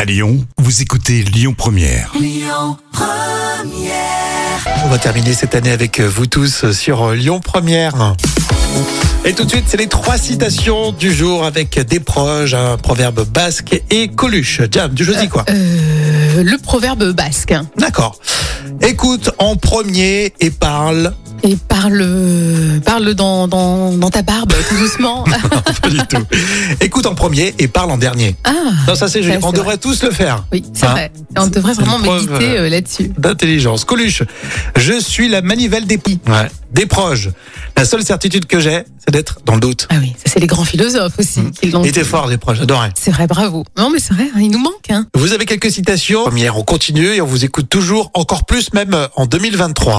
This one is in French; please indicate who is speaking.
Speaker 1: À Lyon, vous écoutez Lyon Première.
Speaker 2: On va terminer cette année avec euh, vous tous sur euh, Lyon Première. Et tout de suite, c'est les trois citations du jour avec des proches, un proverbe basque et Coluche. Jam, du jeudi quoi
Speaker 3: Euh, le proverbe basque. hein.
Speaker 2: D'accord. Écoute en premier et parle.
Speaker 3: Et parle, parle dans, dans, dans ta barbe, tout doucement.
Speaker 2: Ah. Pas du tout. Écoute en premier et parle en dernier.
Speaker 3: Ah,
Speaker 2: Non, ça c'est joli.
Speaker 3: Ouais,
Speaker 2: On
Speaker 3: c'est
Speaker 2: devrait tous le faire.
Speaker 3: oui, c'est
Speaker 2: Hein
Speaker 3: vrai. On devrait
Speaker 2: C'est une
Speaker 3: vraiment
Speaker 2: preuve,
Speaker 3: méditer
Speaker 2: euh,
Speaker 3: euh, là-dessus.
Speaker 2: D'intelligence. Coluche, je suis la manivelle des poux. Des proches. La seule certitude que j'ai, c'est d'être dans le doute.
Speaker 3: Ah oui, ça c'est les grands philosophes aussi qui l'ont
Speaker 2: Il
Speaker 3: dit.
Speaker 2: était fort, Mm. des proches. J'adorais.
Speaker 3: C'est vrai, bravo. Non mais c'est vrai, hein, il nous manque. Hein.
Speaker 2: Vous avez quelques citations. Première, on continue et on vous écoute toujours, encore plus même euh, en 2023.